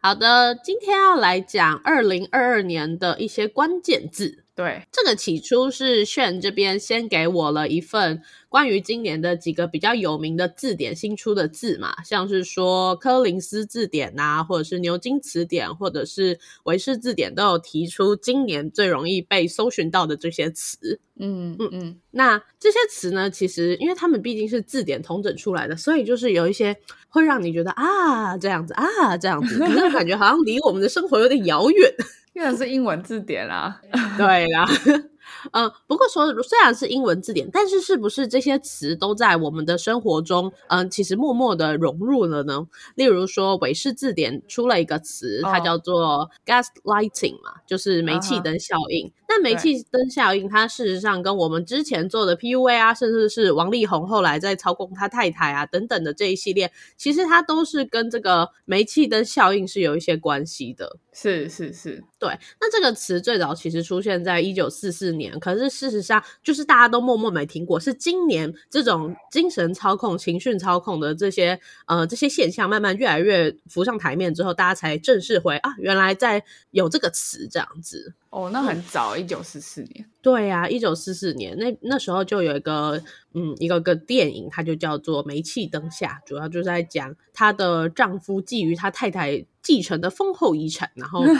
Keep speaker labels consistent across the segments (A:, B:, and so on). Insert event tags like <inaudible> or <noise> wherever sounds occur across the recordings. A: 好的，今天要来讲二零二二年的一些关键字。
B: 对，
A: 这个起初是炫这边先给我了一份关于今年的几个比较有名的字典新出的字嘛，像是说柯林斯字典呐、或者是牛津词典，或者是维氏字典，都有提出今年最容易被搜寻到的这些词。
B: 嗯
A: 嗯
B: 嗯，
A: 那这些词呢，其实因为他们毕竟是字典统整出来的，所以就是有一些会让你觉得啊这样子啊这样子，可是感觉好像离我们的生活有点遥远。
B: 因为是英文字典啊啦。
A: 对啦， <laughs> 嗯，不过说虽然是英文字典，但是是不是这些词都在我们的生活中，嗯，其实默默的融入了呢？例如说，韦氏字典出了一个词，它
B: 哦
A: 叫做 gaslighting 嘛，就是煤气
B: 啊哈
A: 灯效应。但煤气灯效应，它事实上跟我们之前做的 PUA 啊，甚至是王力宏后来在操控他太太啊等等的这一系列，其实它都是跟这个煤气灯效应是有一些关系的。
B: 是是是，
A: 对，那这个词最早其实出现在一九四四年，可是事实上就是大家都默默没听过，是今年这种精神操控、情绪操控的这些呃这些现象慢慢越来越浮上台面之后，大家才正式回啊，原来在有这个词这样子。
B: 哦，那很早，一九四四年。
A: 对呀、啊，一九四四年那那时候就有一个嗯一个个电影，它就叫做《煤气灯下》，主要就是在讲她的丈夫觊觎他太太继承的丰厚遗产，然后
B: 我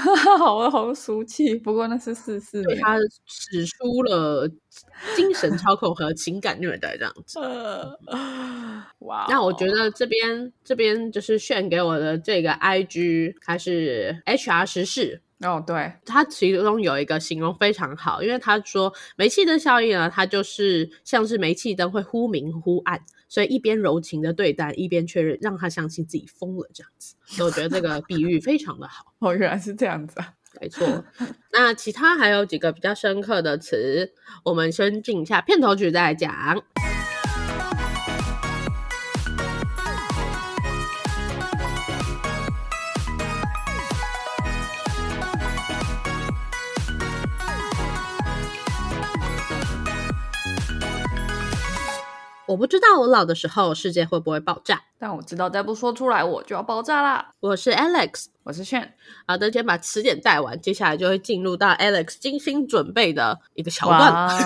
B: <laughs> 好俗气，不过那是四四
A: 对
B: 年。
A: 他使出了精神操控和情感虐待这样子。
B: 呃，哇哦，
A: 那我觉得这边这边就是炫给我的这个 IG，它是 HR 时事，
B: 哦，对，
A: 它其中有一个形容非常好，因为他说煤气灯效应呢，啊它就是像是煤气灯会忽明忽暗，所以一边柔情的对待，一边却让他相信自己疯了这样子。所以我觉得这个比喻非常的好。
B: 哦，原来是这样子啊。
A: 没错，那其他还有几个比较深刻的词，我们先进一下片头曲再来讲。我不知道我老的时候世界会不会爆炸。
B: 但我知道再不说出来我就要爆炸啦。
A: 我是 Alex，
B: 我是炫，
A: 好的，先把词典带完，接下来就会进入到 Alex 精心准备的一个桥段。
B: 哇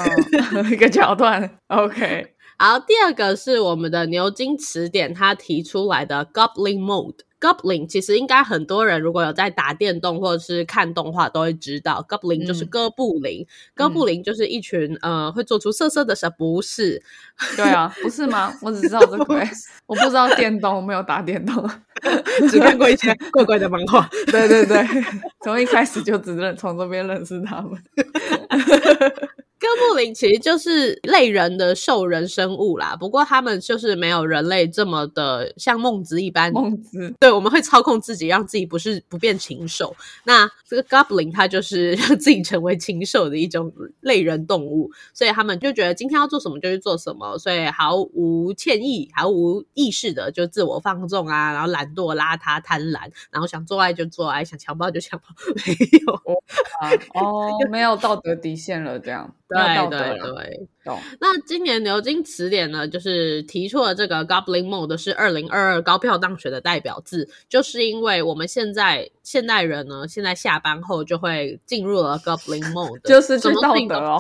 B: 哦， <laughs> 一个桥段，OK，
A: 好，第二个是我们的牛津词典，它提出来的 Goblin Mode。Goblin 其实应该很多人如果有在打电动或者是看动画都会知道，Goblin 就是
B: 嗯
A: 哥布林，哥布林就是一群呃会做出色色的事，不 <laughs> 是？
B: 对啊，不是吗？我只知道这个、欸我 <laughs> 不知道电动，我没有打电 <laughs> 动。
A: 只看过一些怪怪的漫 <laughs> 画。
B: 对对对，从一开始就只认从这边认识他 <laughs> 们。
A: 哥布林其实就是类人的兽人生物啦，不过他们就是没有人类这么的像孟子一般
B: 孟子
A: 对，我们会操控自己，让自己不是不变禽兽。那这个 goblin 它就是让自己成为禽兽的一种类人动物，所以他们就觉得今天要做什么就去做什么，所以毫无歉意、毫无意识的就自我放纵啊，然后懒惰、邋遢、贪婪，然后想做爱就做爱，想强暴就强暴，没有。
B: 啊，哦，没有道德底线了，这样没有道
A: 对
B: 德
A: 对
B: 了，
A: 对，
B: 懂？
A: 那今年牛津词典呢，就是提出了这个 Goblin Mode 是二零二二高票当选的代表字，就是因为我们现在现代人呢，现在下班后就会进入了 <laughs> Goblin Mode，
B: 就是
A: 什
B: 去
A: 么
B: 道
A: 事情
B: 德
A: 都
B: 哦，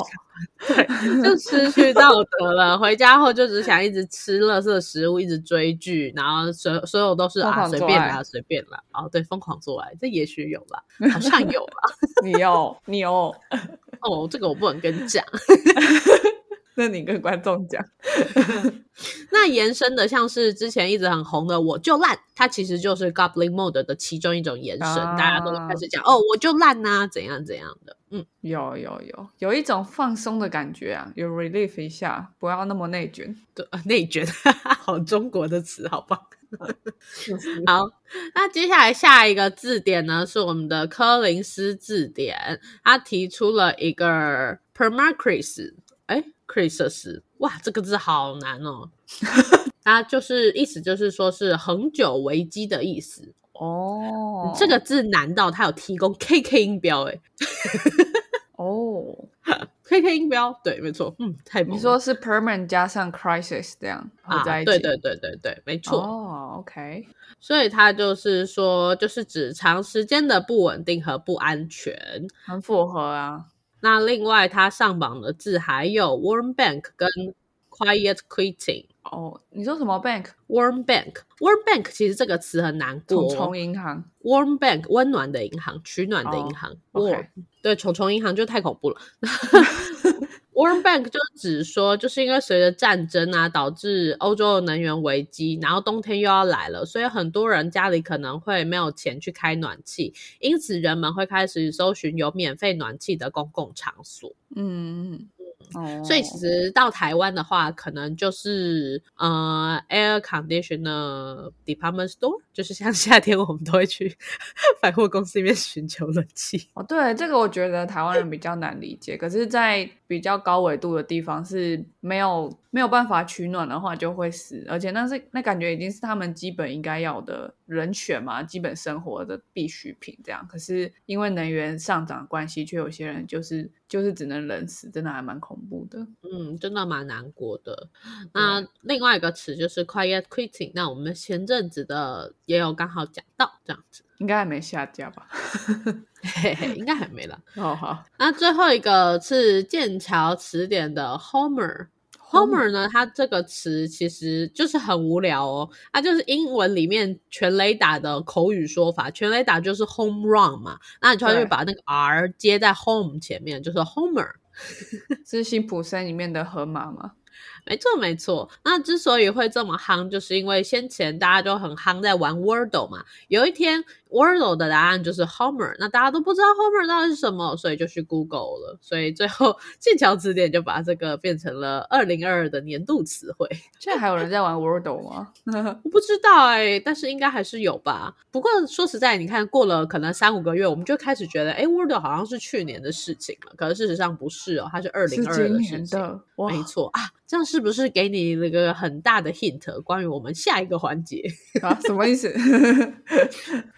A: 就失去道德了。回家后就只想一直吃垃圾食物，一直追剧，然后所所有都是
B: 疯
A: 啊
B: 狂
A: 随
B: 做
A: 便
B: 爱
A: 啦，随便啦，哦对，疯狂做爱，这也许有啦，好像有 <laughs> 啦。
B: <laughs> 你有你有，
A: 哦，这个我不能跟你讲。
B: 那你跟观众讲，
A: 那延伸的像是之前一直很红的“我就烂”，它其实就是 Goblin Mode 的其中一种延伸，
B: 啊
A: 大家都开始讲哦，我就烂呐、怎样怎样的。嗯，
B: 有有有，有一种放松的感觉啊，有 relief 一下，不要那么内卷，
A: 对， <laughs> 呃内卷，好中国的词，好棒。
B: 就是
A: 好，那接下来下一个字典呢，是我们的柯林斯字典，它提出了一个 permacris，哎，crisis，哇，这个字好难哦。 <laughs> 它就是意思就是说是恒久危机的意思。
B: 哦，
A: 嗯这个字难道它有提供 KK 音标、欸？哎，
B: 哦，
A: <laughs> K K 音标，对，没错，嗯，太猛了。
B: 你说是 permanent 加上 crisis 这样合
A: 啊，
B: 在一起？
A: 对对对对对，没错。
B: 哦，OK，
A: 所以它就是说，就是指长时间的不稳定和不安全。
B: 很符合啊。
A: 那另外，它上榜的字还有 Warm Bank 跟 Quiet Quitting。
B: 哦，你说什么 bank？
A: Warm Bank，Warm Bank 其实这个词很难过
B: 重
A: 哦。
B: 重银行
A: Warm Bank 温暖的银行，取暖的银行。
B: ，OK
A: warm 对，虫虫银行就太恐怖了。Warm Bank 就只说，就是因为随着战争啊，导致欧洲的能源危机，然后冬天又要来了，所以很多人家里可能会没有钱去开暖气，因此人们会开始搜寻有免费暖气的公共场所。
B: 嗯，嗯哦，
A: 所以其实到台湾的话，可能就是呃，air conditioner department store，就是像夏天我们都会去 <laughs> 百货公司里面寻求冷气。
B: 哦，对，这个我觉得台湾人比较难理解，可是，在比较高纬度的地方是没有没有办法取暖的话就会死，而且那是那感觉已经是他们基本应该要的人权嘛，基本生活的必需品这样。可是因为能源上涨的关系，却有些人就是就是只能冷死，真的还蛮恐怖的。
A: 嗯，真的蛮难过的。那另外一个词就是 quiet quitting，那我们前阵子的也有刚好讲到这样子，
B: 应该还没下架吧？
A: <laughs>
B: <laughs>
A: 嘿嘿，应该还没了。
B: 哦，好
A: 那最后一个是剑桥词典的 Homer。Homer 呢，它这个词其实就是很无聊哦，它就是英文里面全垒打的口语说法，全垒打就是 home run 嘛，那你就会
B: 对
A: 把那个 r 接在 home 前面，就是 Homer。
B: 是辛普森里面的河马吗？
A: 没错，没错。那之所以会这么夯，就是因为先前大家都很夯在玩 Wordle 嘛。有一天 Wordle 的答案就是 Homer，那大家都不知道 Homer 到底是什么，所以就去 Google 了。所以最后剑桥词典就把这个变成了二零二二的年度词汇。
B: 现在还有人在玩 Wordle 吗？
A: 我不知道哎、但是应该还是有吧。不过说实在，你看过了可能三五个月，我们就开始觉得，哎，Wordle 好像是去年的事情了。可是事实上不是哦，它是二
B: 是
A: 零二二
B: 今
A: 的事
B: 年
A: 情。 <laughs>
B: 的，哇，
A: 没错啊，这样是不是给你那个很大的 hint，关于我们下一个环节？
B: 啊，什么意思？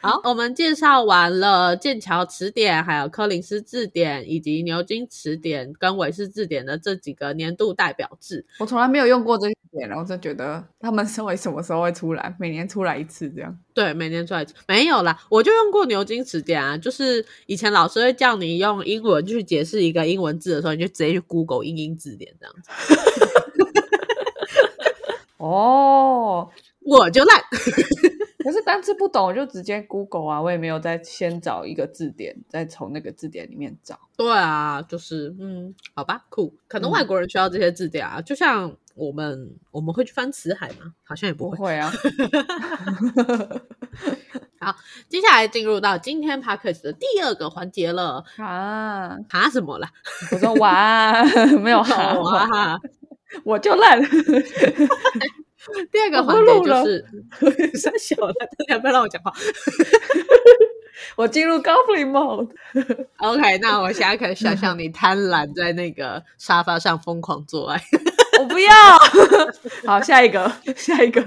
A: 好，我们介绍完了剑桥词典、还有柯林斯字典以及牛津词典跟韦氏字典的这几个年度代表字。
B: 我从来没有用过这些点，然后就觉得他们是为什么时候会出来，每年出来一次这样。
A: 对，每年出来一次没有啦，我就用过牛津词典啊，就是以前老师会叫你用英文去解释一个英文字的时候，你就直接去 Google 英英字典这样子，
B: 哦，
A: 我就烂。
B: 可是单词不懂我就直接 Google 啊，我也没有再先找一个字典，再从那个字典里面找。
A: 对啊，就是嗯，好吧，酷。可能
B: 嗯
A: 外国人需要这些字典啊，就像我们我们会去翻词海吗？好像也不
B: 不
A: 会。
B: 会 <laughs> 啊，
A: 接下来进入到今天 p a c k a g e 的第二个环节了，
B: 啊，
A: 哈什么啦？
B: 我说哇， <laughs> 没有好
A: 好
B: 啊，
A: 啊，
B: 我就烂。
A: <laughs> 第二个环节就是 <laughs> 三小了，大家不要让我讲话。
B: 我进入 Goblin mode。
A: OK，那我现在可以想象你贪婪在那个沙发上疯狂做爱。
B: 我不要。好，下一个，下一个。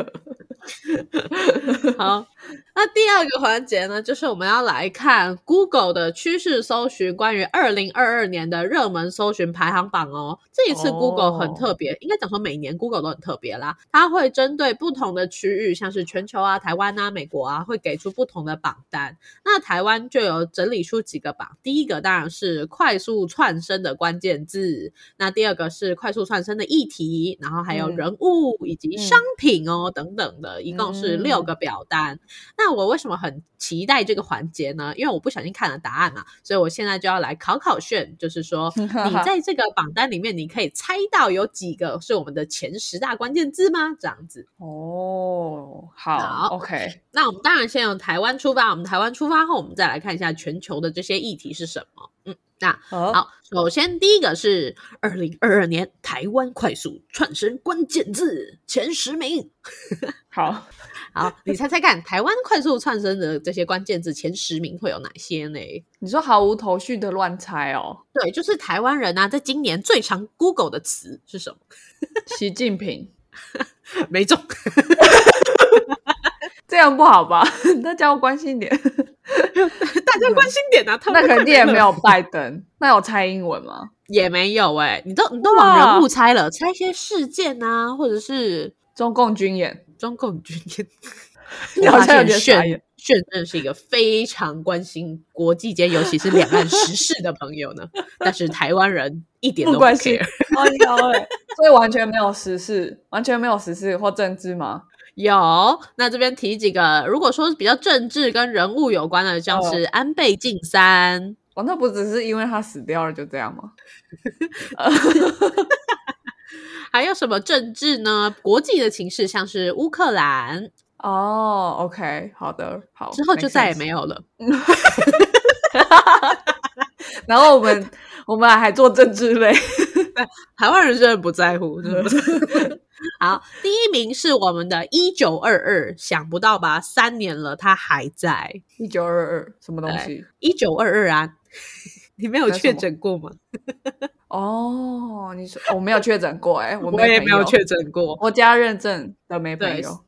A: 好，那第二个环节呢，就是我们要来看 Google 的趋势搜寻关于二零二二年的热门搜寻排行榜哦。这一次
B: 哦
A: Google 很特别，应该讲说每年 Google 都很特别啦。它会针对不同的区域，像是全球啊、台湾啊、美国啊，会给出不同的榜单。那台湾就有整理出几个榜，第一个当然是快速窜升的关键字，那第二个是快速窜升的议题，然后还有
B: 嗯
A: 人物以及
B: 嗯
A: 商品哦、等等的，一共是六
B: 嗯
A: 个表单。那我为什么很期待这个环节呢？因为我不小心看了答案嘛，所以我现在就要来考考炫，就是说你在这个榜单里面，你可以猜到有几个是我们的前十大关键字吗？这样子。
B: 哦，好
A: 好
B: o k
A: 那我们当然先由台湾出发，我们台湾出发后，我们再来看一下全球的这些议题是什么。嗯，那
B: 好
A: 好，首先第一个是二零二二年台湾快速窜升关键字前十名。
B: 好，
A: <laughs> 好，你猜猜看，台湾快速窜升的这些关键字前十名会有哪些呢？
B: 你说毫无头绪的乱猜哦，
A: 对，就是台湾人啊，在今年最常 Google 的词是什么？ <laughs>
B: 习近平
A: 没中。 <laughs>
B: 这样不好吧？ <laughs> 大家要关心一点。
A: 大家关心点啊，他
B: 那
A: 们
B: 肯定也没
A: 有
B: 有拜登，那有蔡英文吗？
A: 也没有哎、你都你都往
B: 哇
A: 人物猜了，猜一些事件啊，或者是
B: 中共军演，
A: 中共军 <laughs> 演。
B: 你好像有
A: 发
B: 点
A: 现
B: 傻
A: 炫
B: 眼。
A: 炫真的是一个非常关心国际间，尤其是两岸时事的朋友呢。 <laughs> 但是台湾人一点都
B: 不关心
A: care
B: 哎呦
A: 欸
B: 喂，所以完全没有时事，完全没有时事或政治吗？
A: 有，那这边提几个，如果说是比较政治跟人物有关的，像是安倍晋三，
B: 哦，那不只是因为他死掉了就这样吗？
A: 还有什么政治呢？国际的情势，像是乌克兰，
B: 哦，OK，好的，好，
A: 之后就
B: make
A: 再也
B: sense
A: 没有了。
B: 然后我们我们还做政治类，
A: 台湾人真的不在乎，真的不 <laughs> 在乎。好，第一名是我们的一九二二，想不到吧？三年了，它还在。
B: 一九二二什么东西？
A: 一九二二啊， <laughs> 你没有
B: 那什么
A: 确诊过吗？
B: 哦，你说我没有确诊过哎、我
A: 也没有
B: 朋友
A: 确诊过，
B: 我家认证的没朋
A: 对
B: 友，哦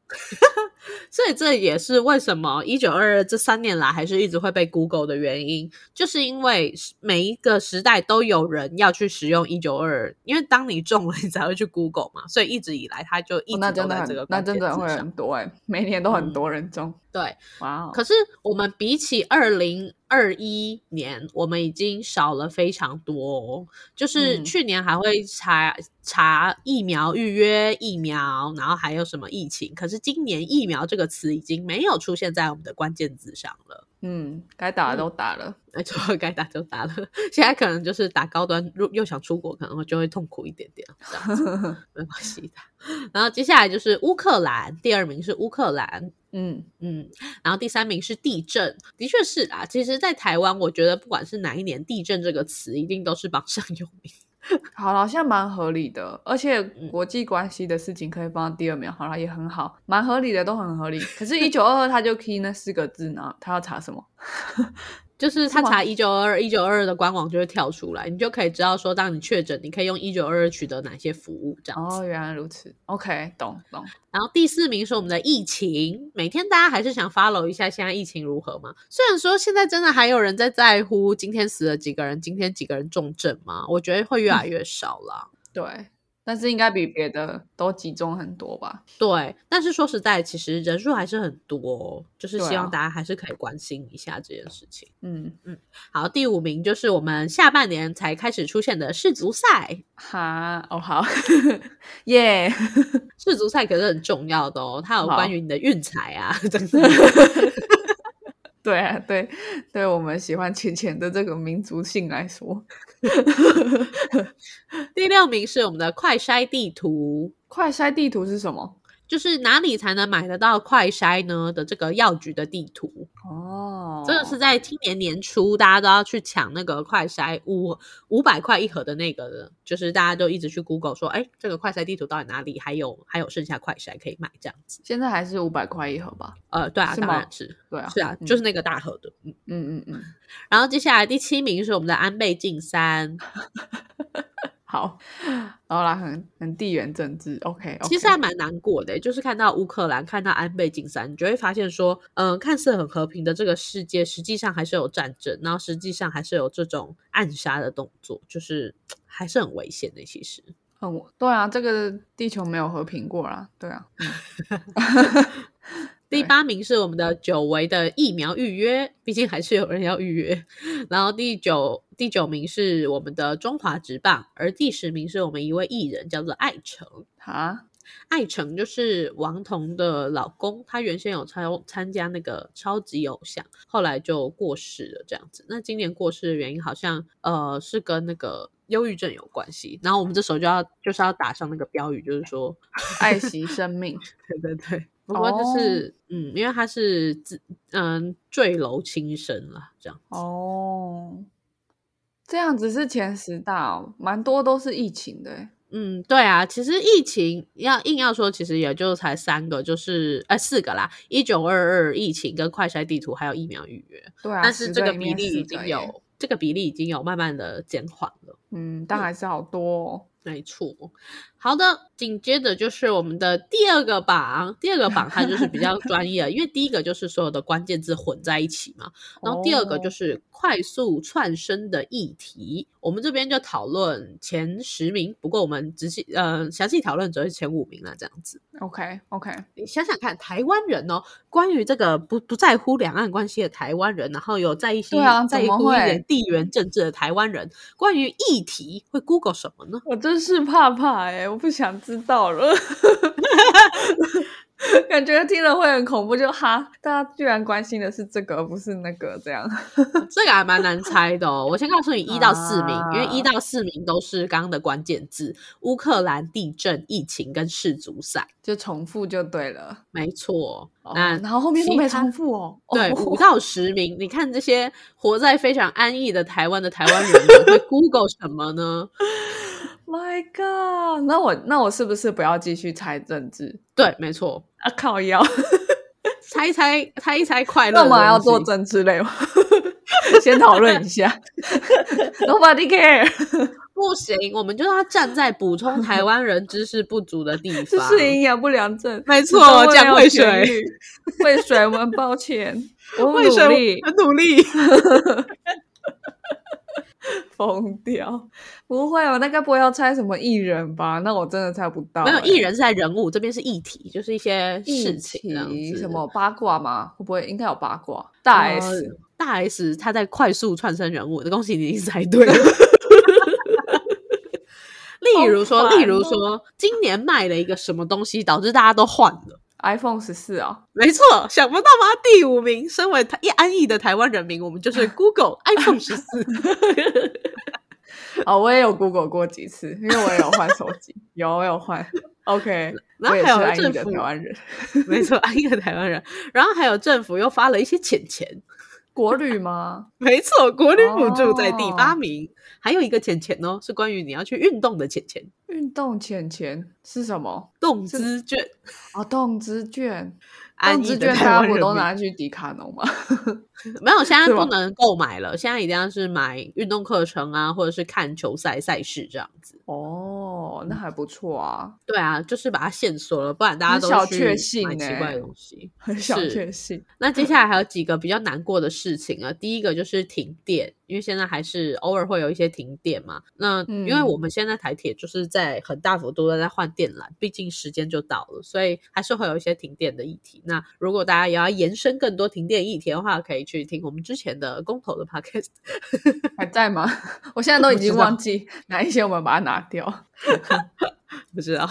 A: 所以这也是为什么一九二二这三年来还是一直会被 Google 的原因，就是因为每一个时代都有人要去使用一九二二，因为当你中了，你才会去 Google 嘛，所以一直以来它就一
B: 哦
A: 直
B: 那
A: 都
B: 真的
A: 在这个
B: 很那
A: 关键
B: 真的
A: 字
B: 会
A: 上。
B: 很多哎、每年都很
A: 嗯
B: 多人中，
A: 对，
B: 哇、哦，
A: 可是我们比起二零二一年，我们已经少了非常多、哦。就是
B: 嗯
A: 去年还会查、查疫苗预约疫苗，然后还有什么疫情，可是今年疫苗这个词已经没有出现在我们的关键字上了。 <laughs>
B: 嗯，该打
A: 嗯
B: 的都打了，
A: 那就该打就打了，现在可能就是打高端，如又想出国，可能就会痛苦一点点，这样子没关系的。然后接下来就是乌克兰，第二名是乌克兰，
B: 嗯，
A: 嗯，然后第三名是地震，的确是啊。其实，在台湾，我觉得不管是哪一年，地震这个词一定都是榜上 <laughs> 有名。
B: 好了，好像蛮合理的，而且
A: 嗯
B: 国际关系的事情可以放到第二名，好了，也很好，蛮合理的，都很合 <laughs> 理。可是，一九二二他就 key 那四个字呢，他要查什么？
A: 就是他
B: 是吗
A: 查一九二一九二的官网就会跳出来，你就可以知道说，当你确诊，你可以用一九二取得哪些服务这样子。
B: 哦，原来如此，OK，懂懂。
A: 然后第四名是我们的疫情，每天大家还是想 follow 一下现在疫情如何嘛？虽然说现在真的还有人在在乎今天死了几个人，今天几个人重症嘛，我觉得会越
B: 嗯
A: 来越少啦。
B: 对，但是应该比别的都集中很多吧？
A: 对，但是说实在，其实人数还是很多，就是
B: 对
A: 希
B: 啊
A: 望大家还是可以关心一下这件事情。
B: 嗯，
A: 好，第五名就是我们下半年才开始出现的世足赛，
B: 哈，哦好， <laughs> 耶、 <laughs>
A: 世足赛可是很重要的哦，它有
B: 好
A: 关于你的运彩啊， <laughs> 等
B: <laughs>
A: 等。
B: 对啊，对，对我们喜欢钱钱的这个民族性来说，
A: 第六名是我们的快筛地图，
B: 快筛地图是什么？
A: 就是哪里才能买得到快筛呢的这个药局的地图。
B: 哦，
A: 这个是在今年年初，大家都要去抢那个快筛五五百块一盒的那个的，就是大家都一直去 Google 说，哎，这个快筛地图到底哪里？还有还有剩下快筛可以买这样子。
B: 现在还是五百块一盒吧？
A: 呃，对啊，
B: 是
A: 当
B: 吗
A: 然是，
B: 对啊，
A: 是啊，
B: 嗯
A: 就是那个大盒的。嗯
B: 嗯嗯嗯，
A: 然后接下来第七名是我们的安倍晋三，
B: 好，好啦，很很地缘政治，OK，, o k
A: 其实还啊蛮难过的，欸就是看到乌克兰，看到安倍晋三，你就会发现说，嗯、看似很和平的这个世界，实际上还是有战争，然后实际上还是有这种暗杀的动作，就是还是很危险的，其实。
B: 很对啊，这个地球没有和平过啦，对啊，
A: 第
B: 对
A: 八名是我们的久违的疫苗预约，毕竟还是有人要预约。然后第九第九名是我们的中华职棒，而第十名是我们一位艺人叫做艾诚。
B: 啊，
A: 艾诚就是王彤的老公，他原先有参参加那个超级偶像，后来就过世了这样子。那今年过世的原因好像呃是跟那个忧郁症有关系。然后我们这时候就要就是要打上那个标语，就是说
B: 爱惜生
A: <laughs>
B: 命，
A: 对对对，不过就是、
B: 哦
A: 嗯，因为他是自嗯坠楼轻生了，这样
B: 哦，这样子是前十大哦，蛮多都是疫情的欸。
A: 嗯，对啊，其实疫情要硬要说，其实也就才三个，就是呃四个啦，一九二二疫情跟快筛地图还有疫苗预约，
B: 对啊，
A: 但是
B: 10
A: 这个
B: 里
A: 比
B: 面
A: 例
B: 四
A: 已
B: 个
A: 经
B: 耶，
A: 有这个比例已经有慢慢的减缓了。
B: 嗯，但还是好多、哦。
A: 没错，好的，紧接着就是我们的第二个榜，第二个榜它就是比
B: <laughs>
A: 较专业，因为第一个就是所有的关键字混在一起嘛，然后第二个
B: 哦
A: 就是快速串升的议题，我们这边就讨论前十名，不过我们仔细呃详细讨论只是前五名啦，这样子。
B: OK OK，
A: 你想想看，台湾人哦，关于这个不不在乎两岸关系的台湾人，然后有在一些、
B: 对啊
A: 在
B: 怎么
A: 乎一
B: 会
A: 点地缘政治的台湾人，关于议题会 Google 什么呢？
B: 我真是怕怕哎、我不想知道了， <laughs> 感觉听了会很恐怖。就哈，大家居然关心的是这个，而不是那个，这样。
A: 这个还蛮难猜的哦。我先告诉你一到四名，因为
B: 啊
A: 一到四名都是刚刚的关键字：乌克兰地震、疫情跟世足赛。
B: 就重复就对了。
A: 没错，
B: 哦、
A: 那
B: 然后后面都
A: 其
B: 没
A: 他
B: 重复哦。
A: 对
B: 哦
A: 五到十名，你看这些活在非常安逸的台湾的台湾人们
B: <laughs>
A: 会 Google 什么呢？
B: My God，那我那我是不是不要继续猜政治
A: 对，没错，
B: 啊？靠腰，
A: 猜一猜，猜一猜快乐。
B: 那我们还要做？政治类吗？ <laughs> 先讨论一
A: <laughs>
B: 下。Nobody care，
A: 不行，我们就要站在补充台湾人知识不足的地
B: 这
A: 方。
B: <laughs> 是营养不良症。
A: 没错
B: 这都
A: 这样
B: 没有
A: 会
B: 痊
A: 水
B: 愈，
A: <laughs>
B: 会水，我们抱歉，我们
A: 为什
B: 努
A: 么
B: 力
A: 很努力？
B: 疯掉。不会，我大概不会要猜什么艺人吧？那我真的猜不到、
A: 没有
B: 欸
A: 艺人是在人物，这边是议题，就是一些事
B: 疫
A: 情这样
B: 情
A: 子
B: 什么八卦吗？会不会应该有八卦？大 S、
A: 呃大 S 她在快速串升人物，恭喜你猜对
B: <laughs>
A: 了。例如说，
B: 好烦哦
A: 例如说，今年卖了一个什么东西，导致大家都换了。
B: iPhone 十四啊，
A: 没错，想不到吧？第五名，身为台一安逸的台湾人民，我们就是
B: <laughs>
A: Google iPhone 十四。
B: 哦，我也有 Google 过几次，因为我也有换手机，有我有换。OK，
A: <laughs> 然
B: 我
A: 后
B: 也
A: 还
B: 是
A: 有
B: 安
A: 政
B: 逸的
A: 府
B: 台湾人，
A: <laughs> 没错，安逸的台湾人。然后还有政府又发了一些钱钱，
B: 国旅吗？
A: 没错，国旅补助在第
B: 哦
A: 八名。还有一个钱钱哦，是关于你要去运动的钱钱，
B: 运动钱钱是什么？
A: 动资券。
B: 哦，动资券，
A: 安
B: 动
A: 逸
B: 资
A: 的
B: 券
A: 台
B: 大
A: 湾
B: 家不
A: 人
B: 都
A: 民
B: 拿去迪卡侬吗？
A: 没有，现在
B: 是
A: 不
B: 吗
A: 能购买了，现在一定要是买运动课程啊，或者是看球赛赛事这样子。
B: 哦，
A: 嗯
B: 那还不错啊，
A: 对啊，就是把它限缩了，不然大家
B: 很
A: 都
B: 小
A: 去
B: 确幸
A: 买奇
B: 欸
A: 怪的东西。
B: 很小
A: 是
B: 确幸。
A: 那接下来还有几个比较难过的事情啊。第一个就是停电，因为现在还是偶尔会有一些停电嘛。那因为
B: 嗯
A: 我们现在台铁就是在很大幅度的在换电缆，毕竟时间就到了，所以还是会有一些停电的议题。那如果大家也要延伸更多停电议题的话，可以去听我们之前的公投的 podcast。 <laughs>
B: 还在吗？ <laughs> 我现在都已
A: 不
B: 经
A: 知道
B: 忘记哪一些我们把它拿
A: <laughs>
B: 掉，
A: 不知
B: <laughs>
A: 道，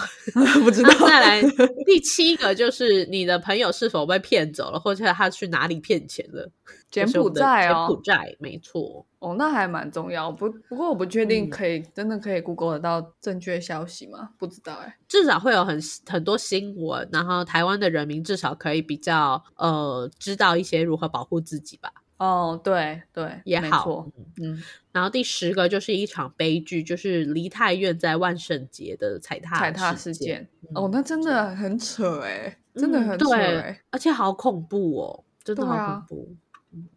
B: 不知道
A: 那。再来第七个就是你的朋友是否被骗走了，或者他去哪里骗钱了？
B: 柬
A: 就是我
B: 埔
A: 们的
B: 寨哦，
A: 柬埔寨没错。
B: 哦，那还蛮重要。不不过我不确定
A: 嗯
B: 可以、真的可以 Google 得到正确消息吗？不知道哎、
A: 至少会有很很多新闻，然后台湾的人民至少可以比较呃知道一些如何保护自己吧，
B: 哦，对对，
A: 也
B: 没
A: 好
B: 错。。嗯，
A: 然后第十个就是一场悲剧，就是梨泰院在万圣节的踩踏
B: 踩踏
A: 事
B: 事件，
A: 嗯
B: 哦，那真的很扯哎、真的
A: 嗯
B: 很扯哎、
A: 对，而且好恐怖哦，真的
B: 对
A: 好恐
B: 啊
A: 怖。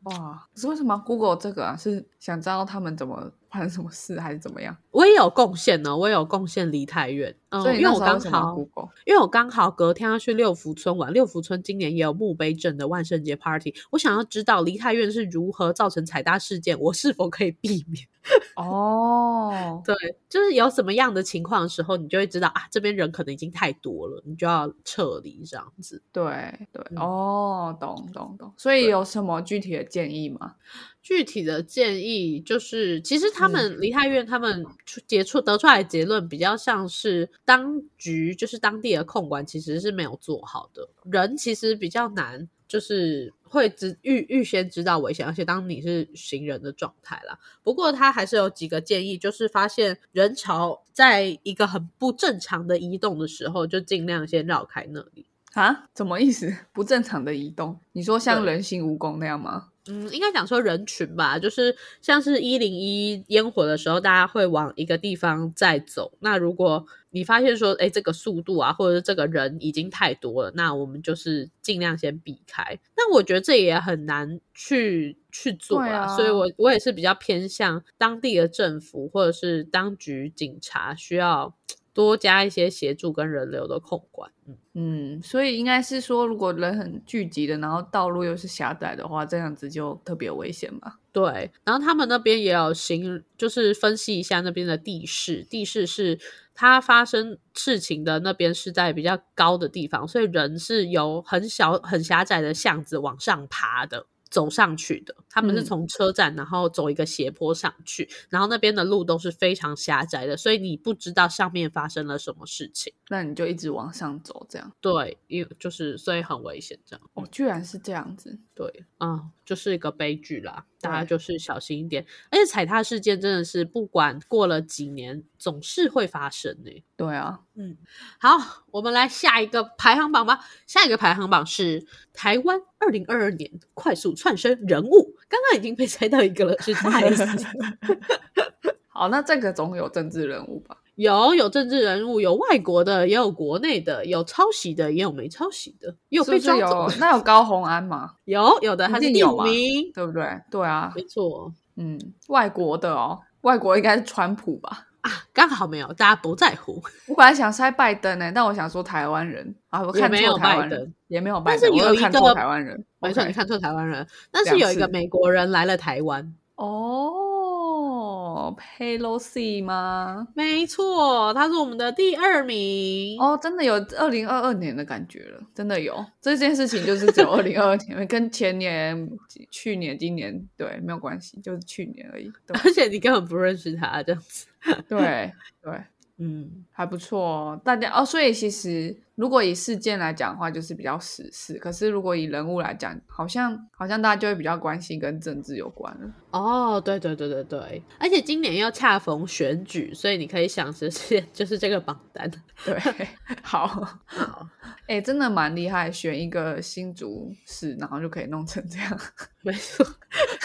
B: 哇！可是为什么要 Google 这个啊？是想知道他们怎么发生什么事，还是怎么样？
A: 我也有贡献呢，我也有贡献梨泰院，嗯，
B: 所以
A: 因
B: 你那
A: 为我
B: 时候
A: 刚
B: 为什么要
A: 好
B: Google
A: 因为我刚好隔天要去六福村玩，六福村今年也有墓碑镇的万圣节 party，我想要知道梨泰院是如何造成踩踏事件，我是否可以避免？ <laughs>
B: 哦，
A: 对，就是有什么样的情况的时候，你就会知道啊，这边人可能已经太多了，你就要撤离这样子。
B: 对对、
A: 嗯
B: 哦，懂懂懂。所以有什么具体的建议吗？
A: 具体的建议就是，其实他
B: 嗯
A: 们梨泰院他们出结出得出来的结论比较像是当局就是当地的控管其实是没有做好的，人其实比较难，就是会知预预先知道危险，而且当你是行人的状态啦。不过他还是有几个建议，就是发现人潮在一个很不正常的移动的时候，就尽量先绕开那里。
B: 啊？怎么意思？不正常的移动？你说像
A: 对
B: 人形蜈蚣那样吗？
A: 嗯，应该讲说人群吧，就是像是一零一烟火的时候，大家会往一个地方在走。那如果你发现说，哎，这个速度啊，或者是这个人已经太多了，那我们就是尽量先避开。但我觉得这也很难去去做
B: 对
A: 啦。
B: 啊
A: 所以我我也是比较偏向当地的政府或者是当局警察需要多加一些协助跟人流的控管。嗯，
B: 嗯，所以应该是说，如果人很聚集的，然后道路又是狭窄的话，这样子就特别危险吧。
A: 对。然后他们那边也有行，就是分析一下那边的地势，地势是。它发生事情的那边是在比较高的地方，所以人是由很小、很狭窄的巷子往上爬的，走上去的。他们是
B: 嗯
A: 从车站，然后走一个斜坡上去，然后那边的路都是非常狭窄的，所以你不知道上面发生了什么事情。
B: 那你就一直往上走，这样
A: 对，因就是所以很危险，这样。
B: 哦，居然是这样子。
A: 对，啊、就是一个悲剧啦，大家
B: 对
A: 就是小心一点。而且踩踏事件真的是不管过了几年，总是会发生呢、
B: 对啊，
A: 嗯，好，我们来下一个排行榜吧。下一个排行榜是台湾二零二二年快速窜升人物，刚刚已经被猜到一个了，是大 S。
B: <laughs> 好，那这个总有政治人物吧？
A: 有有政治人物，有外国的，也有国内的，有抄袭的，也有没抄袭的，也有
B: 是
A: 被
B: 不是
A: 抓走
B: 有
A: 的，
B: 那有高红安嘛？
A: 有有的
B: 一
A: 他是
B: 定
A: 第
B: 有
A: 五
B: 嘛
A: 名，
B: 对不对？对啊，
A: 没错
B: 嗯，外国的哦，外国应该是川普吧？
A: 啊，刚好没有，大家不在乎，
B: 我本来想塞拜登欸呢、但我想说台湾人啊，我
A: 也
B: 看
A: 没有
B: 错台湾
A: 拜
B: 人
A: 登，
B: 也没有拜
A: 但
B: 登，
A: 是有
B: 我
A: 一
B: 又看
A: 个
B: 错台湾人，
A: 没错，你
B: OK
A: 看错台湾人，但是
B: 两
A: 有一个
B: 次
A: 美国人来了台湾，
B: 哦，Pelosi 吗？
A: 没错，他是我们的第二名。
B: 哦，真的有二零二二年的感觉了，真的有这件事情，就是只有二零二二年，跟前年、去年、今年对没有关系，就是去年而已。对
A: <laughs> 而且你根本不认识他，这样子。
B: 对对，
A: 嗯，
B: 还不错哦。大家哦，所以其实如果以事件来讲的话，就是比较时事；可是如果以人物来讲，好像好像大家就会比较关心跟政治有关了。
A: 哦，对对对对对，而且今年又恰逢选举，所以你可以想这些， <laughs> 就是这个榜单。
B: 对， <laughs> 好，哎、真的蛮厉害，选一个新竹市，然后就可以弄成这样。
A: <laughs> 没错，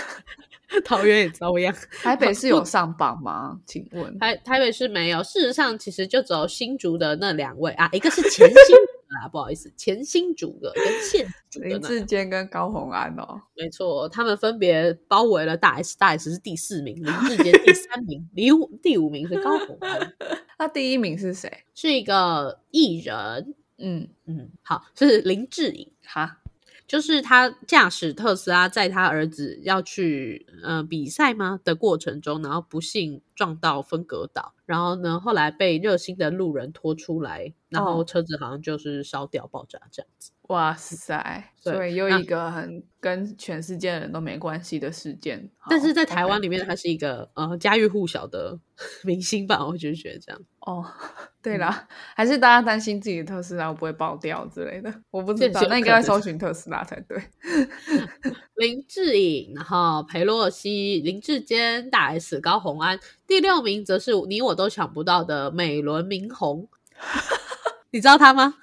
A: <laughs> 桃园也遭殃。
B: 台北市有上榜吗？请问？
A: 台台北市没有，事实上其实就只有新竹的那两位啊，一个 <laughs> 是前新竹啦，不好意思，前新竹的跟现竹 <laughs> 的
B: 林
A: 那，
B: 志坚跟高虹安哦，
A: 没错，他们分别包围了大 S，大 S 是第四名，林志坚
B: <laughs>
A: 第三名，第五第五名是高虹安，
B: 那第一名是谁？
A: 是一个艺人，
B: 嗯，
A: 嗯，好，是林志颖。
B: 哈，
A: 就是他驾驶特斯拉载他儿子要去呃比赛吗的过程中，然后不幸撞到分隔岛，然后呢后来被热心的路人拖出来，然后
B: 哦
A: 车子好像就是烧掉爆炸这样子。
B: 哇塞！
A: 对
B: 所以又
A: 那
B: 一个很跟全世界的人都没关系的事件，好
A: 但是在台湾
B: 哦 OK
A: 里面，他是一个呃家喻户晓的 <laughs> 明星吧，我就觉得这样。
B: 哦， <laughs> 对
A: 嗯
B: 啦，还是大家担心自己的特斯拉不会爆掉之类的，我不
A: 这
B: 知
A: 也
B: 道
A: 是，有
B: 那应
A: 可
B: 该要
A: 能
B: 搜寻特斯拉才对。
A: 林志颖，然后裴洛西、林志坚、大 S、高虹安，第六名则是你我都想不到的美轮明宏， <laughs> 你知道他吗？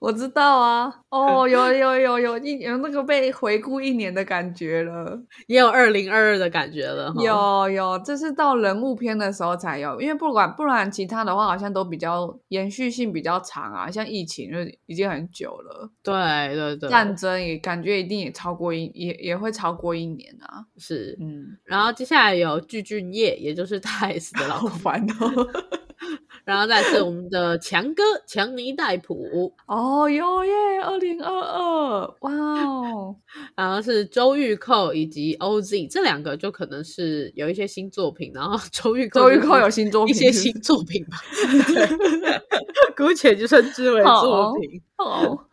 B: 我知道啊，哦，有有有有一有那个被回顾一年的感觉了，
A: 也有二零二二的感觉了哈。
B: 有有，这是到人物篇的时候才有，因为不管不然其他的话好像都比较延续性比较长啊，像疫情就已经很久了，
A: 对对对，
B: 战争也感觉一定也超过一也也会超过一年啊，
A: 是。
B: 嗯，
A: 然后接下来有具俊晔，也就是大 S 的老
B: <laughs> 好
A: 公，
B: 烦
A: <laughs>
B: 哦。
A: 然后再是我们的强哥强尼戴普，
B: 哦哟耶，二零二二，哇 <laughs> 哦！
A: 然后是周玉蔻以及 OZ 这两个，就可能是有一些新作品。然后 <laughs> 周玉蔻
B: 周玉
A: 就是
B: 蔻有新作
A: 一
B: 品，
A: 些新作品 <laughs> 吧， <laughs> 姑且就称之为作
B: 好
A: 品。
B: <laughs> 哦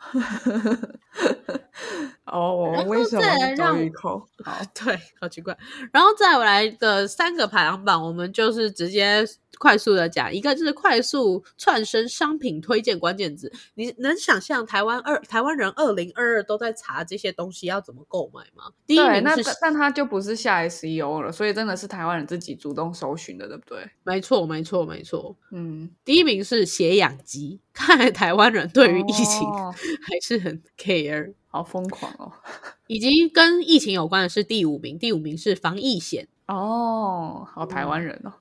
B: 哦
A: 然，后
B: 为什么
A: 再
B: 是
A: 来
B: 周
A: 让
B: 玉
A: 我
B: 蔻？好，
A: 对，好奇怪。然后再来的三个排行榜，我们就是直接快速的讲，一个就是快速窜升商品推荐关键字。你能想象台湾二台湾人二零二二都在查这些东西要怎么购买吗？第一
B: 对，
A: 名
B: 那
A: 是
B: 但但他就不是下 SEO 了，所以真的是台湾人自己主动搜寻的，对不对？
A: 没错，没错，没错。
B: 嗯，
A: 第一名是血氧机，看来台湾人对于疫情
B: 哦
A: 还是很 care。
B: 好疯狂哦！
A: 以及跟疫情有关的是第五名，第五名是防疫险，
B: 哦，好台湾人哦，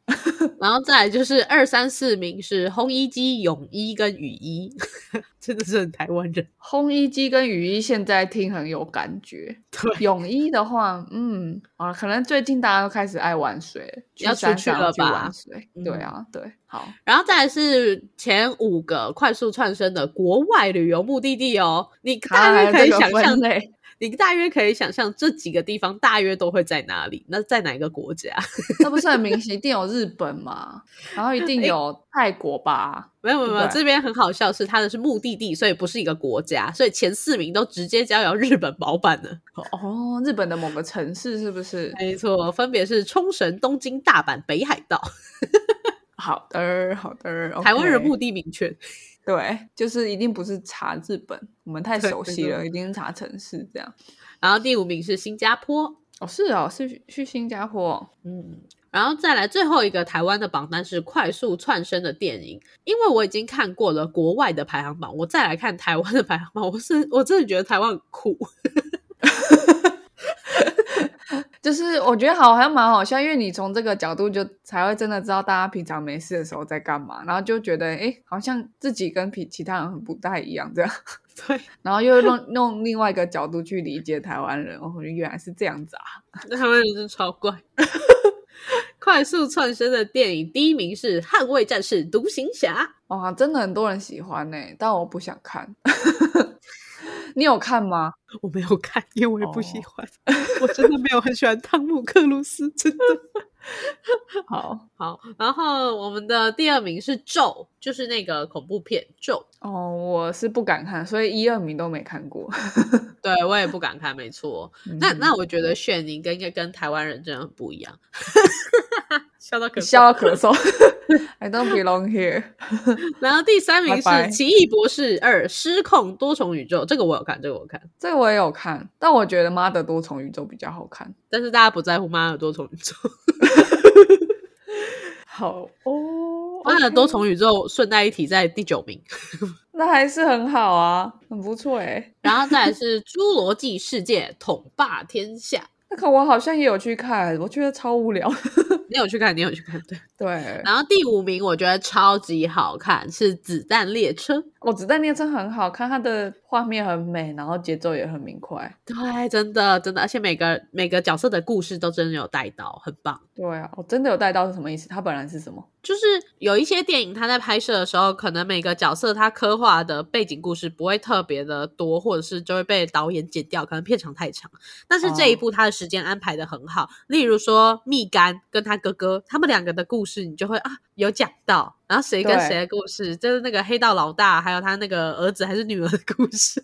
A: 然后再来就是二三四名是烘衣机、泳衣跟雨衣， <laughs> 真的是很台湾
B: <laughs>
A: 人。
B: 烘衣机跟雨衣现在听很有感觉。 <laughs>
A: 对，
B: 泳衣的话，嗯，啊，可能最近大家都开始爱玩水，
A: 要出
B: 山
A: 去
B: 上
A: 了
B: 去
A: 吧
B: 玩水，
A: 嗯
B: 对啊，对，好，
A: 然后再来是前五个快速窜升的国外旅游目的地哦，你大
B: 还
A: 约
B: 有
A: 可以
B: 啊这个
A: 想
B: 分
A: 象，
B: 类，
A: 你大约可以想象这几个地方大约都会在哪里？那在哪一个国家？
B: <laughs>
A: <laughs>
B: 那不是很明显，一定有日本嘛，然后一定有泰国吧，
A: 没有没有没有，
B: 对
A: 这边很好笑是它的是目的地，所以不是一个国家，所以前四名都直接交由日本保办了。
B: 哦，日本的某个城市是不是？
A: 没错，分别是冲绳、东京、大阪、北海道。
B: 好的，好的
A: 台湾人
B: OK
A: 目的明确，
B: 对，就是一定不是查日本，我们太
A: 对
B: 熟
A: 没
B: 悉
A: 错
B: 了，一定是查城市这样。
A: 然后第五名是新加坡，
B: 哦，是哦，是去去新加坡哦、
A: 嗯，然后再来最后一个台湾的榜单是快速窜升的电影，因为我已经看过了国外的排行榜，我再来看台湾的排行榜，我是我真的觉得台湾很酷， <laughs>
B: 就是我觉得好好像蛮好笑，因为你从这个角度就才会真的知道大家平常没事的时候在干嘛，然后就觉得哎，诶好像自己跟比其他人很不太一样这 <laughs> 样，
A: 对，
B: 然后又弄弄另外一个角度去理解台湾人，哦，原来是这样子啊，
A: 他们真是超
B: <laughs>
A: 怪。快速窜升的电影第一名是《捍卫战士》《独行侠
B: 哇，真的很多人喜欢呢、但我不想看。 <laughs> 你有看吗？》，
A: 我没有看，因为我也不喜
B: 哦
A: 欢， <laughs> 我真的没有很喜欢汤姆克鲁斯，真的。
B: 好
A: 好，然后我们的第二名是《咒》，就是那个恐怖片《咒
B: 哦，我是不敢看，所以一二名都没看过。》
A: 对，我也不敢看，没 <laughs> 错。那那我觉得炫宁跟应该跟台湾人真的很不一样， <laughs> 笑到可
B: 你 <laughs> 笑。到咳嗽，I don't belong here。
A: 然后第三名是
B: 拜拜
A: 《奇异博士二：失控多重宇宙》，这个我有看，这个我有看，
B: 这个我也有看，但我觉得《妈的多重宇宙》比较好看。
A: 但是大家不在乎《妈的多重宇宙》， <laughs>
B: 好哦
A: 《妈的多，重宇宙》顺带一提在第九名，
B: 那还是很好啊，很不错哎。
A: 然后再来是《侏罗纪世界》统霸天下。
B: 那个我好像也有去看，我觉得超无聊。
A: 你有去看？你有去看？对。
B: <laughs> 对，
A: 然后第五名我觉得超级好看，是《子弹列车》。
B: 我哦子弹列车很好看，它的画面很美，然后节奏也很明快。
A: 对，真的真的，而且每个每个角色的故事都真的有带到，很棒。
B: 对啊，我真的有带到是什么意思？它本来是什么？
A: 就是有一些电影，它在拍摄的时候，可能每个角色他刻画的背景故事不会特别的多，或者是就会被导演剪掉，可能片长太长。但是这一
B: 哦
A: 部它的时间安排的很好，例如说蜜柑跟他哥哥他们两个的故事，你就会啊有讲到，然后谁跟
B: 对
A: 谁的故事，就是那个黑道老大，还有他那个儿子还是女儿的故
B: <laughs>
A: 事。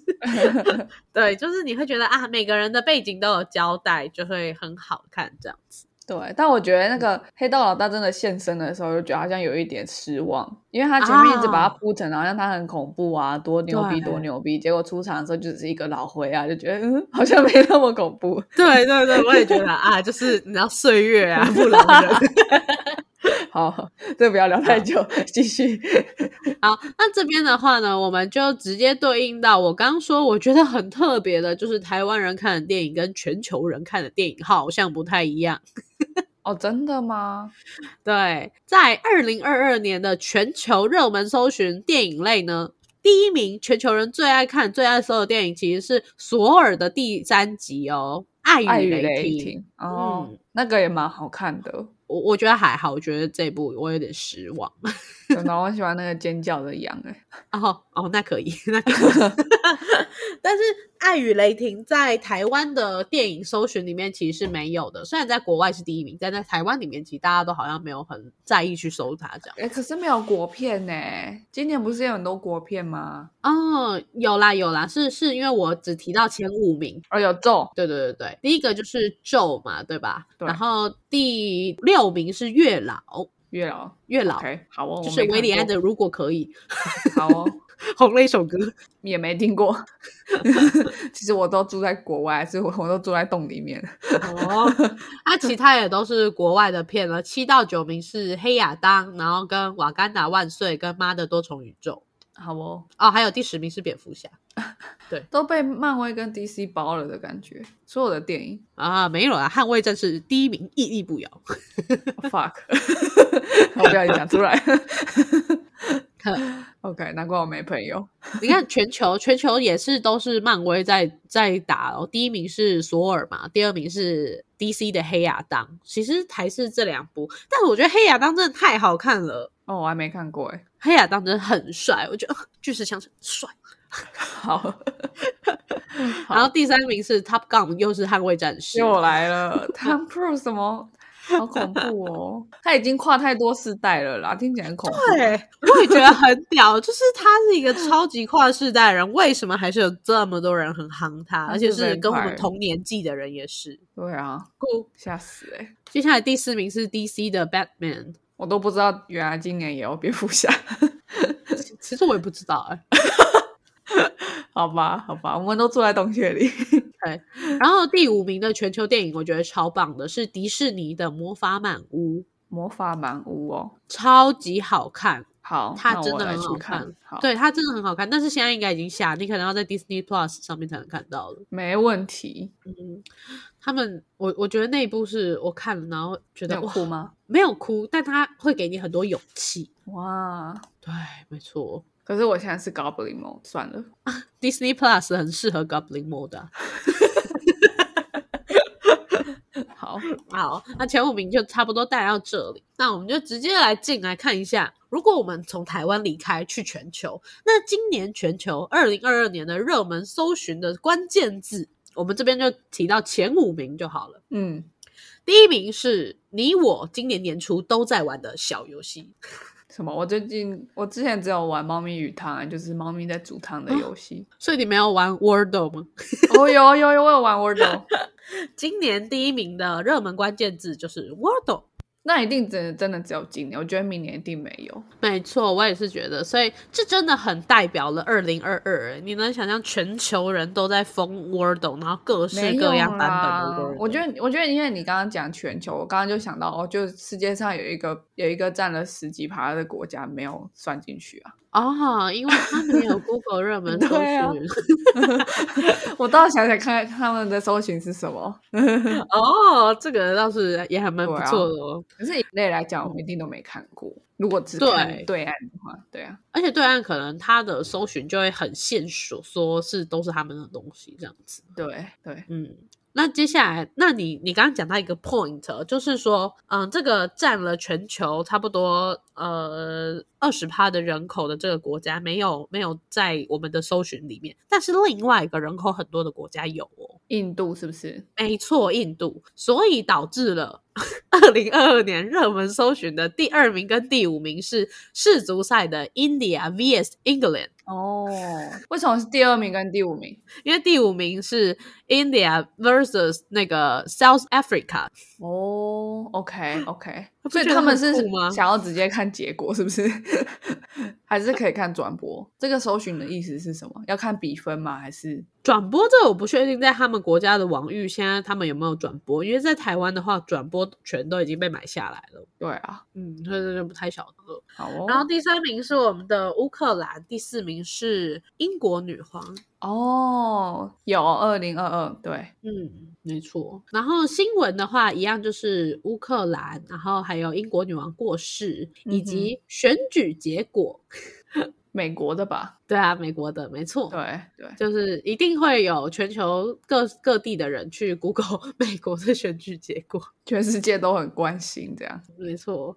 A: 对，就是你会觉得啊，每个人的背景都有交代，就会很好看这样。
B: 对，但我觉得那个黑道老大真的现身的时候，就觉得好像有一点失望，因为他前面一直把
A: 啊
B: 他铺成好像他很恐怖啊，多牛逼多
A: 对
B: 牛逼，结果出场的时候就只是一个老灰啊，就觉得嗯，好像没那么恐怖，
A: <laughs> 对对对，我也觉得啊， <laughs> 就是你知道岁月 <laughs> 啊，不饶人。
B: 好，这不要聊太久，继续。
A: 好，那这边的话呢，我们就直接对应到我刚刚说，我觉得很特别的，就是台湾人看的电影跟全球人看的电影好像不太一样。
B: 哦，真的吗？
A: 对，在二零二二年的全球热门搜寻电影类呢，第一名全球人最爱看、最爱搜的电影其实是《索尔》的第三集哦，《爱
B: 爱
A: 与
B: 与
A: 雷
B: 雷
A: 霆》
B: 霆哦，
A: 嗯
B: 那个也蛮好看的，
A: 我我觉得还好，我觉得这部我有点失望。
B: 真的，我很喜欢那个尖叫的羊、哎，
A: 哦哦，那可以， <laughs> 那可以。但是《爱与雷霆》在台湾的电影搜寻里面其实是没有的，虽然在国外是第一名，但在台湾里面其实大家都好像没有很在意去搜它这样。
B: 哎、可是没有国片呢、今年不是有很多国片吗？
A: 哦，有啦有啦，是是因为我只提到前五名，
B: 哦，有咒，
A: 对对对对，第一个就是咒嘛，对吧？
B: 对
A: 然后第六名是月老，
B: 月老
A: 月老。
B: ，OK，好哦，我
A: 就是
B: 没
A: 维
B: 看
A: 里安
B: 过
A: 的《如果可以
B: 好哦，》 <laughs>
A: 红了一首歌，
B: 也没听过。 <laughs> 其实我都住在国外，所以我我都住在洞里面。
A: 哦，那、其他也都是国外的片了。七到九名是《黑亚当》，然后跟《瓦干达万岁》跟《妈的多重宇宙》。
B: 好哦，
A: 哦，还有第十名是蝙蝠侠
B: 都被漫威跟 DC 包了的感觉，所有的电影
A: 啊，没有啦，捍卫战士第一名屹立不摇。
B: ，Oh, ，fuck，我不要讲出 <laughs> 来。OK，难怪我没朋友。
A: 你看全球，全球也是都是漫威在在打哦。第一名是索尔嘛，第二名是 DC 的黑亚当。其实还是这两部，但是我觉得黑亚当真的太好看了，
B: 哦，我还没看过哎。
A: 黑亚当真的很帅，我觉得、呃巨石强森帅。
B: 好，
A: 然后第三名是 Top Gun，又是捍卫战士。
B: 又来了，Tom Cruise 什么？好恐怖哦！他已经跨太多世代了啦，听起来很恐怖。
A: 对， <laughs> 我也觉得很屌，就是他是一个超级跨世代人，为什么还是有这么多人很夯他，
B: 他
A: 而且
B: 是
A: 是跟我们
B: vampire
A: 同年纪的人也是。
B: 对啊，
A: 酷，
B: 吓死哎、
A: 接下来第四名是 DC 的 Batman，
B: 我都不知道原来今年也有蝙蝠侠。
A: 其其实我也不知道哎、
B: 好吧，好吧，我们都住在洞穴里。 <laughs>
A: 然后第五名的全球电影，我觉得超棒的是迪士尼的《魔法满屋》，
B: 魔法满屋哦，
A: 超级好看，
B: 好，
A: 它
B: 那
A: 真
B: 我
A: 的
B: 来
A: 很
B: 去
A: 好
B: 看
A: 看。
B: 好，，
A: 对它真的很好看，但是现在应该已经下，你可能要在 Disney Plus 上面才能看到了。
B: 没问题。
A: 嗯，他们我我觉得那一部是我看了，然后觉
B: 你
A: 得
B: 有
A: 哇
B: 哭吗？
A: 没有哭，但他会给你很多勇气。
B: 哇！
A: 对，没错
B: 可是我现在是 Goblin mode，算了。
A: ，Disney Plus 很适合 Goblin Mode 啊、
B: 好，
A: 好，那前五名就差不多带到这里，那我们就直接来进来看一下。如果我们从台湾离开去全球，那今年全球二零二二年的热门搜寻的关键字，我们这边就提到前五名就好了。
B: 嗯，
A: 第一名是你我今年年初都在玩的小游戏，
B: 什么？我最近我之前只有玩猫咪鱼汤、啊就是猫咪在煮汤的游戏。 <laughs>
A: 所以你没有玩 Wordle 吗？ <laughs>
B: 哦，有有有，我有 <laughs> 玩 Wordle，
A: 今年第一名的热门关键字就是 Wordle。
B: 那一定真的真的只有今年，我觉得明年一定没有。
A: 没错，我也是觉得，所以这真的很代表了二零二二。你能想象全球人都在疯 Wordle，然后各式
B: 没有
A: 各样版
B: 啦
A: 本的 Wordle。
B: 啊我觉得，我觉得因为你刚刚讲全球，我刚刚就想到，哦，就世界上有一个有一个占了十几趴的国家没有算进去啊。 <laughs>
A: 哦，因为他没有 Google 热门搜
B: 对啊
A: 寻。
B: 我倒想想看他们的搜寻是什么，
A: 哦，这个倒是也还蛮不
B: 对啊
A: 错的哦。
B: 可是以类来讲，我们一定都没看过。如果只看
A: 对
B: 对岸的话，对啊，
A: 而且对岸可能它的搜寻就会很线索，说是都是他们的东西这样子。
B: 对对，
A: 嗯，那接下来，那你你刚刚讲到一个 point，就是说，嗯，这个占了全球差不多呃二十趴的人口的这个国家，没有没有在我们的搜寻里面，但是另外一个人口很多的国家有哦。
B: 印度是不是？
A: 没错，印度，所以导致了二零二二年热门搜寻的第二名跟第五名是世足赛的 India vs England，
B: 哦，为什么是第二名跟第五名？
A: 因为第五名是 India versus 那个 South Africa，
B: 哦，OK OK，
A: 不
B: 所以
A: 觉得
B: 他们
A: 啊很
B: 是
A: 酷吗
B: 想要直接看结果是不 <laughs> 是？还是可以看转播？这个搜寻的意思是什么？要看比分吗？还是
A: 转播这我不确定，在他们国家的网域现在他们有没有转播？因为在台湾的话，转播权都已经被买下来了，
B: 对啊？
A: 嗯，所以这就不太晓得了。
B: 好哦，
A: 然后第三名是我们的乌克兰，第四名是英国女皇，
B: 哦，有二零二二，对，
A: 嗯，没错。然后新闻的话，一样就是乌克兰，然后还有英国女王过世，以及选举结果。
B: 美国的吧？
A: 对啊，美国的，没错。
B: 对对，
A: 就是一定会有全球各各地的人去 Google 美国的选举结果。
B: 全世界都很关心这样。
A: 没错。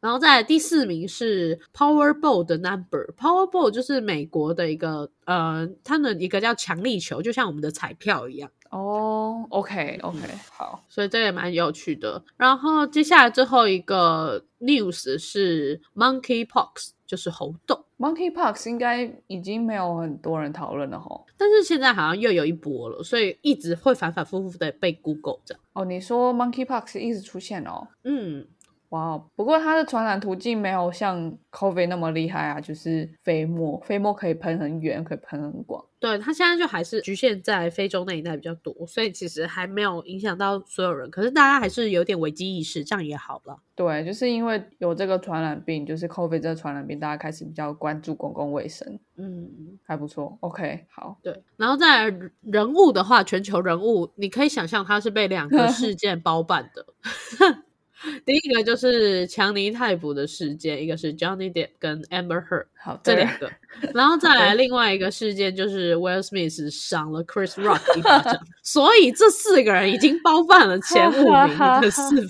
A: 然后再来第四名是 Powerball 的 number。Powerball 就是美国的一个呃，它的一个叫强力球，就像我们的彩票一样，
B: 哦，OK
A: 嗯
B: OK，好，
A: 所以这也蛮有趣的。然后接下来最后一个 news 是 Monkeypox，就是猴痘，
B: Monkeypox 应该已经没有很多人讨论了吼。
A: 但是现在好像又有一波了，所以一直会反反复复的被 Google 这样。
B: 哦，你说 Monkeypox 一直出现哦？
A: 嗯，
B: 哇哦，不过它的传染途径没有像 COVID 那么厉害啊，就是飞沫，飞沫可以喷很远，可以喷很广。
A: 对，它现在就还是局限在非洲那一带比较多，所以其实还没有影响到所有人。可是大家还是有点危机意识，这样也好了。
B: 对，就是因为有这个传染病，就是 COVID 这个传染病，大家开始比较关注公共卫生，
A: 嗯，
B: 还不错。OK，好，
A: 对。然后再来人物的话，全球人物，你可以想象它是被两 <laughs> 个事件包办的。 <laughs> 第一个就是强尼泰普的事件，一个是 Johnny Depp 跟 Amber Heard
B: 好的
A: 这两个， <laughs> 然后再来另外一个事件就是 Will Smith 赏了 Chris Rock 一巴掌， <laughs> 所以这四个人已经包办了前五名的四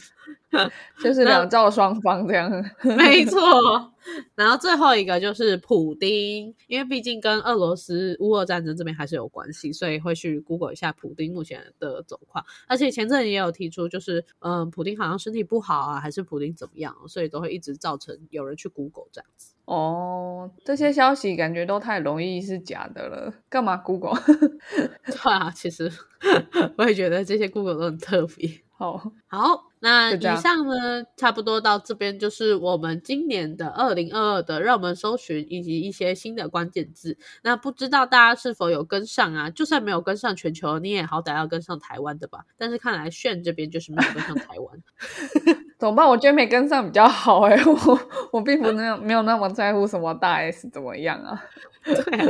B: 就是两造双方这样。
A: <laughs> 没错，然后最后一个就是普丁，因为毕竟跟俄罗斯乌俄战争这边还是有关系，所以会去 Google 一下普丁目前的走况。而且前阵也有提出，就是嗯，普丁好像身体不好啊，还是普丁怎么样，所以都会一直造成有人去 Google 这样子。
B: 哦，这些消息感觉都太容易是假的了，干嘛 Google？ <laughs>
A: 对啊，其实我也觉得这些 Google 都很特别。
B: 好，
A: 好，那
B: 就
A: 以
B: 这样
A: 上呢，差不多到这边就是我们今年的二零二二的热门搜寻以及一些新的关键字。那不知道大家是否有跟上啊？就算没有跟上全球，你也好歹要跟上台湾的吧？但是看来炫这边就是没有跟上台
B: <laughs>
A: 湾。
B: 怎么办？我觉得没跟上比较好哎、我我并不那样，没有那么在乎什么大 S 怎么样啊。
A: 对啊、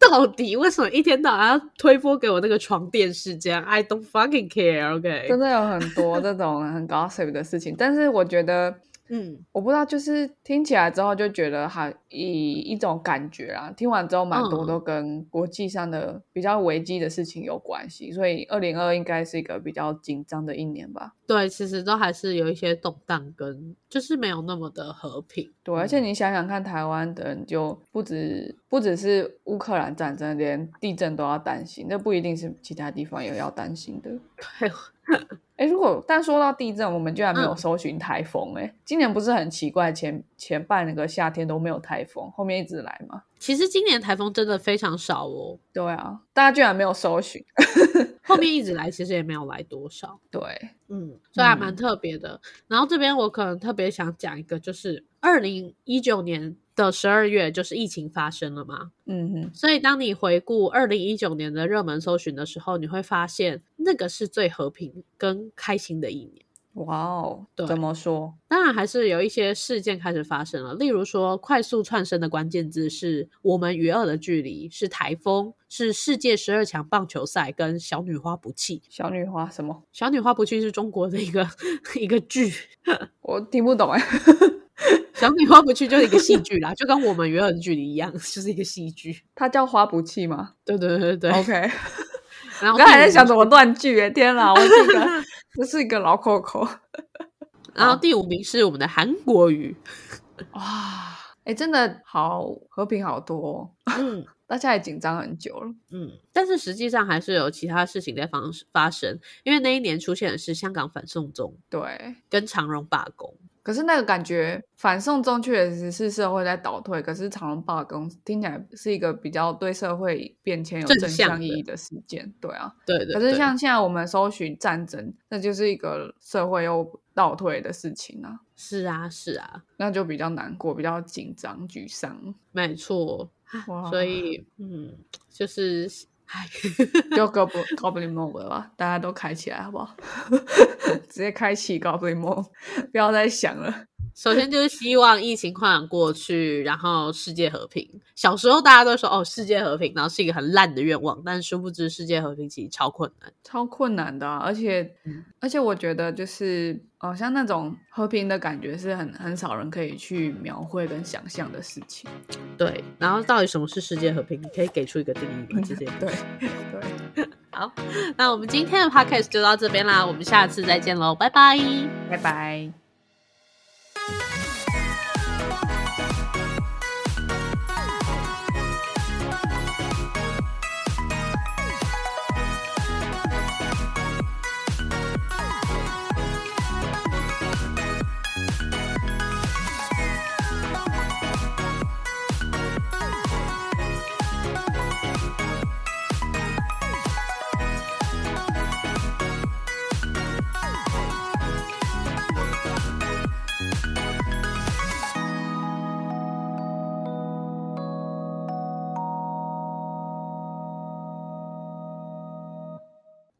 A: <laughs> 到底为什么一天到晚要推播给我那个床垫事件？I don't fucking care。
B: 真
A: OK，
B: 的有很多这种很 gossip 的事情，但是我觉得，
A: 嗯，
B: 我不知道，就是听起来之后就觉得哈，以一种感觉啊，听完之后蛮多
A: 嗯
B: 都跟国际上的比较危机的事情有关系，所以二零二应该是一个比较紧张的一年吧。
A: 对，其实都还是有一些动荡跟，就是没有那么的和平。
B: 对，而且你想想看，台湾的人就不止不只是乌克兰战争，连地震都要担心，那不一定是其他地方也要担心的。
A: <laughs> 对哦
B: 哎，如果但说到地震，我们居然没有
A: 嗯
B: 搜寻台风哎、诶今年不是很奇怪，前前半个夏天都没有台风，后面一直来嘛。
A: 其实今年台风真的非常少哦，
B: 对啊，大家居然没有搜寻。 <laughs>
A: 后面一直来其实也没有来多少，
B: 对，
A: 嗯，所以还蛮特别的。然后这边我可能特别想讲一个，就是二零一九年的十二月，就是疫情发生了嘛，
B: 嗯哼，
A: 所以当你回顾二零一九年的热门搜寻的时候，你会发现那个是最和平跟开心的一年。
B: 哇哦，
A: 对
B: 怎么说？
A: 当然，还是有一些事件开始发生了，例如说，快速窜升的关键字是我们与恶的距离，是台风，是世界十二强棒球赛跟小女花不弃。
B: 小女花什么？
A: 小女花不弃是中国的一个一个剧，
B: 我听不 <laughs> 懂哎、
A: 小女花不弃就是一个戏剧啦，就跟我们与恶的距离一样， <laughs> 就是一个戏剧。
B: 它叫花不弃吗
A: 对对对对对。
B: ？OK，
A: 然
B: 哦我
A: 后
B: 刚才在
A: 第五
B: 想怎么断句哎、诶天哪，我是一 <laughs> 个我是一个老 Coco
A: 然后
B: 哦
A: 第五名是我们的韩国语，
B: 哇！哎，真的好和平好多、哦，
A: 嗯。
B: 大家也紧张很久了。
A: 嗯，但是实际上还是有其他事情在发发生，因为那一年出现的是香港反送中
B: 对，
A: 跟长荣罢工，
B: 可是那个感觉，反送中确实是社会在倒退，可是长隆罢工听起来是一个比较对社会变迁有
A: 正
B: 正
A: 向
B: 向意
A: 的
B: 义的事件，对啊。
A: 对对
B: 可是像现在我们搜寻战争，那就是一个社会又倒退的事情啊，
A: 是啊是啊，
B: 那就比较难过，比较紧张、沮丧，
A: 没错，
B: 哇
A: 所以嗯，就是唉，
B: 就 Goblin Goblin Mode 了吧，大家都开起来好不 <laughs> 好？直接开启 Goblin Mode，不要再想了。
A: 首先就是希望疫情快点过去，然后世界和平。小时候大家都说哦，世界和平，然后是一个很烂的愿望，但殊不知世界和平其实超困难。
B: 超困难的啊、而且、
A: 嗯
B: 而且我觉得就是好、像那种和平的感觉是很很少人可以去描绘跟想象的事情。
A: 对，然后到底什么是世界和平？你可以给出一个定义吗？这些。
B: 对对，
A: 好，那我们今天的 podcast 就到这边啦，我们下次再见喽，拜拜。
B: 拜拜。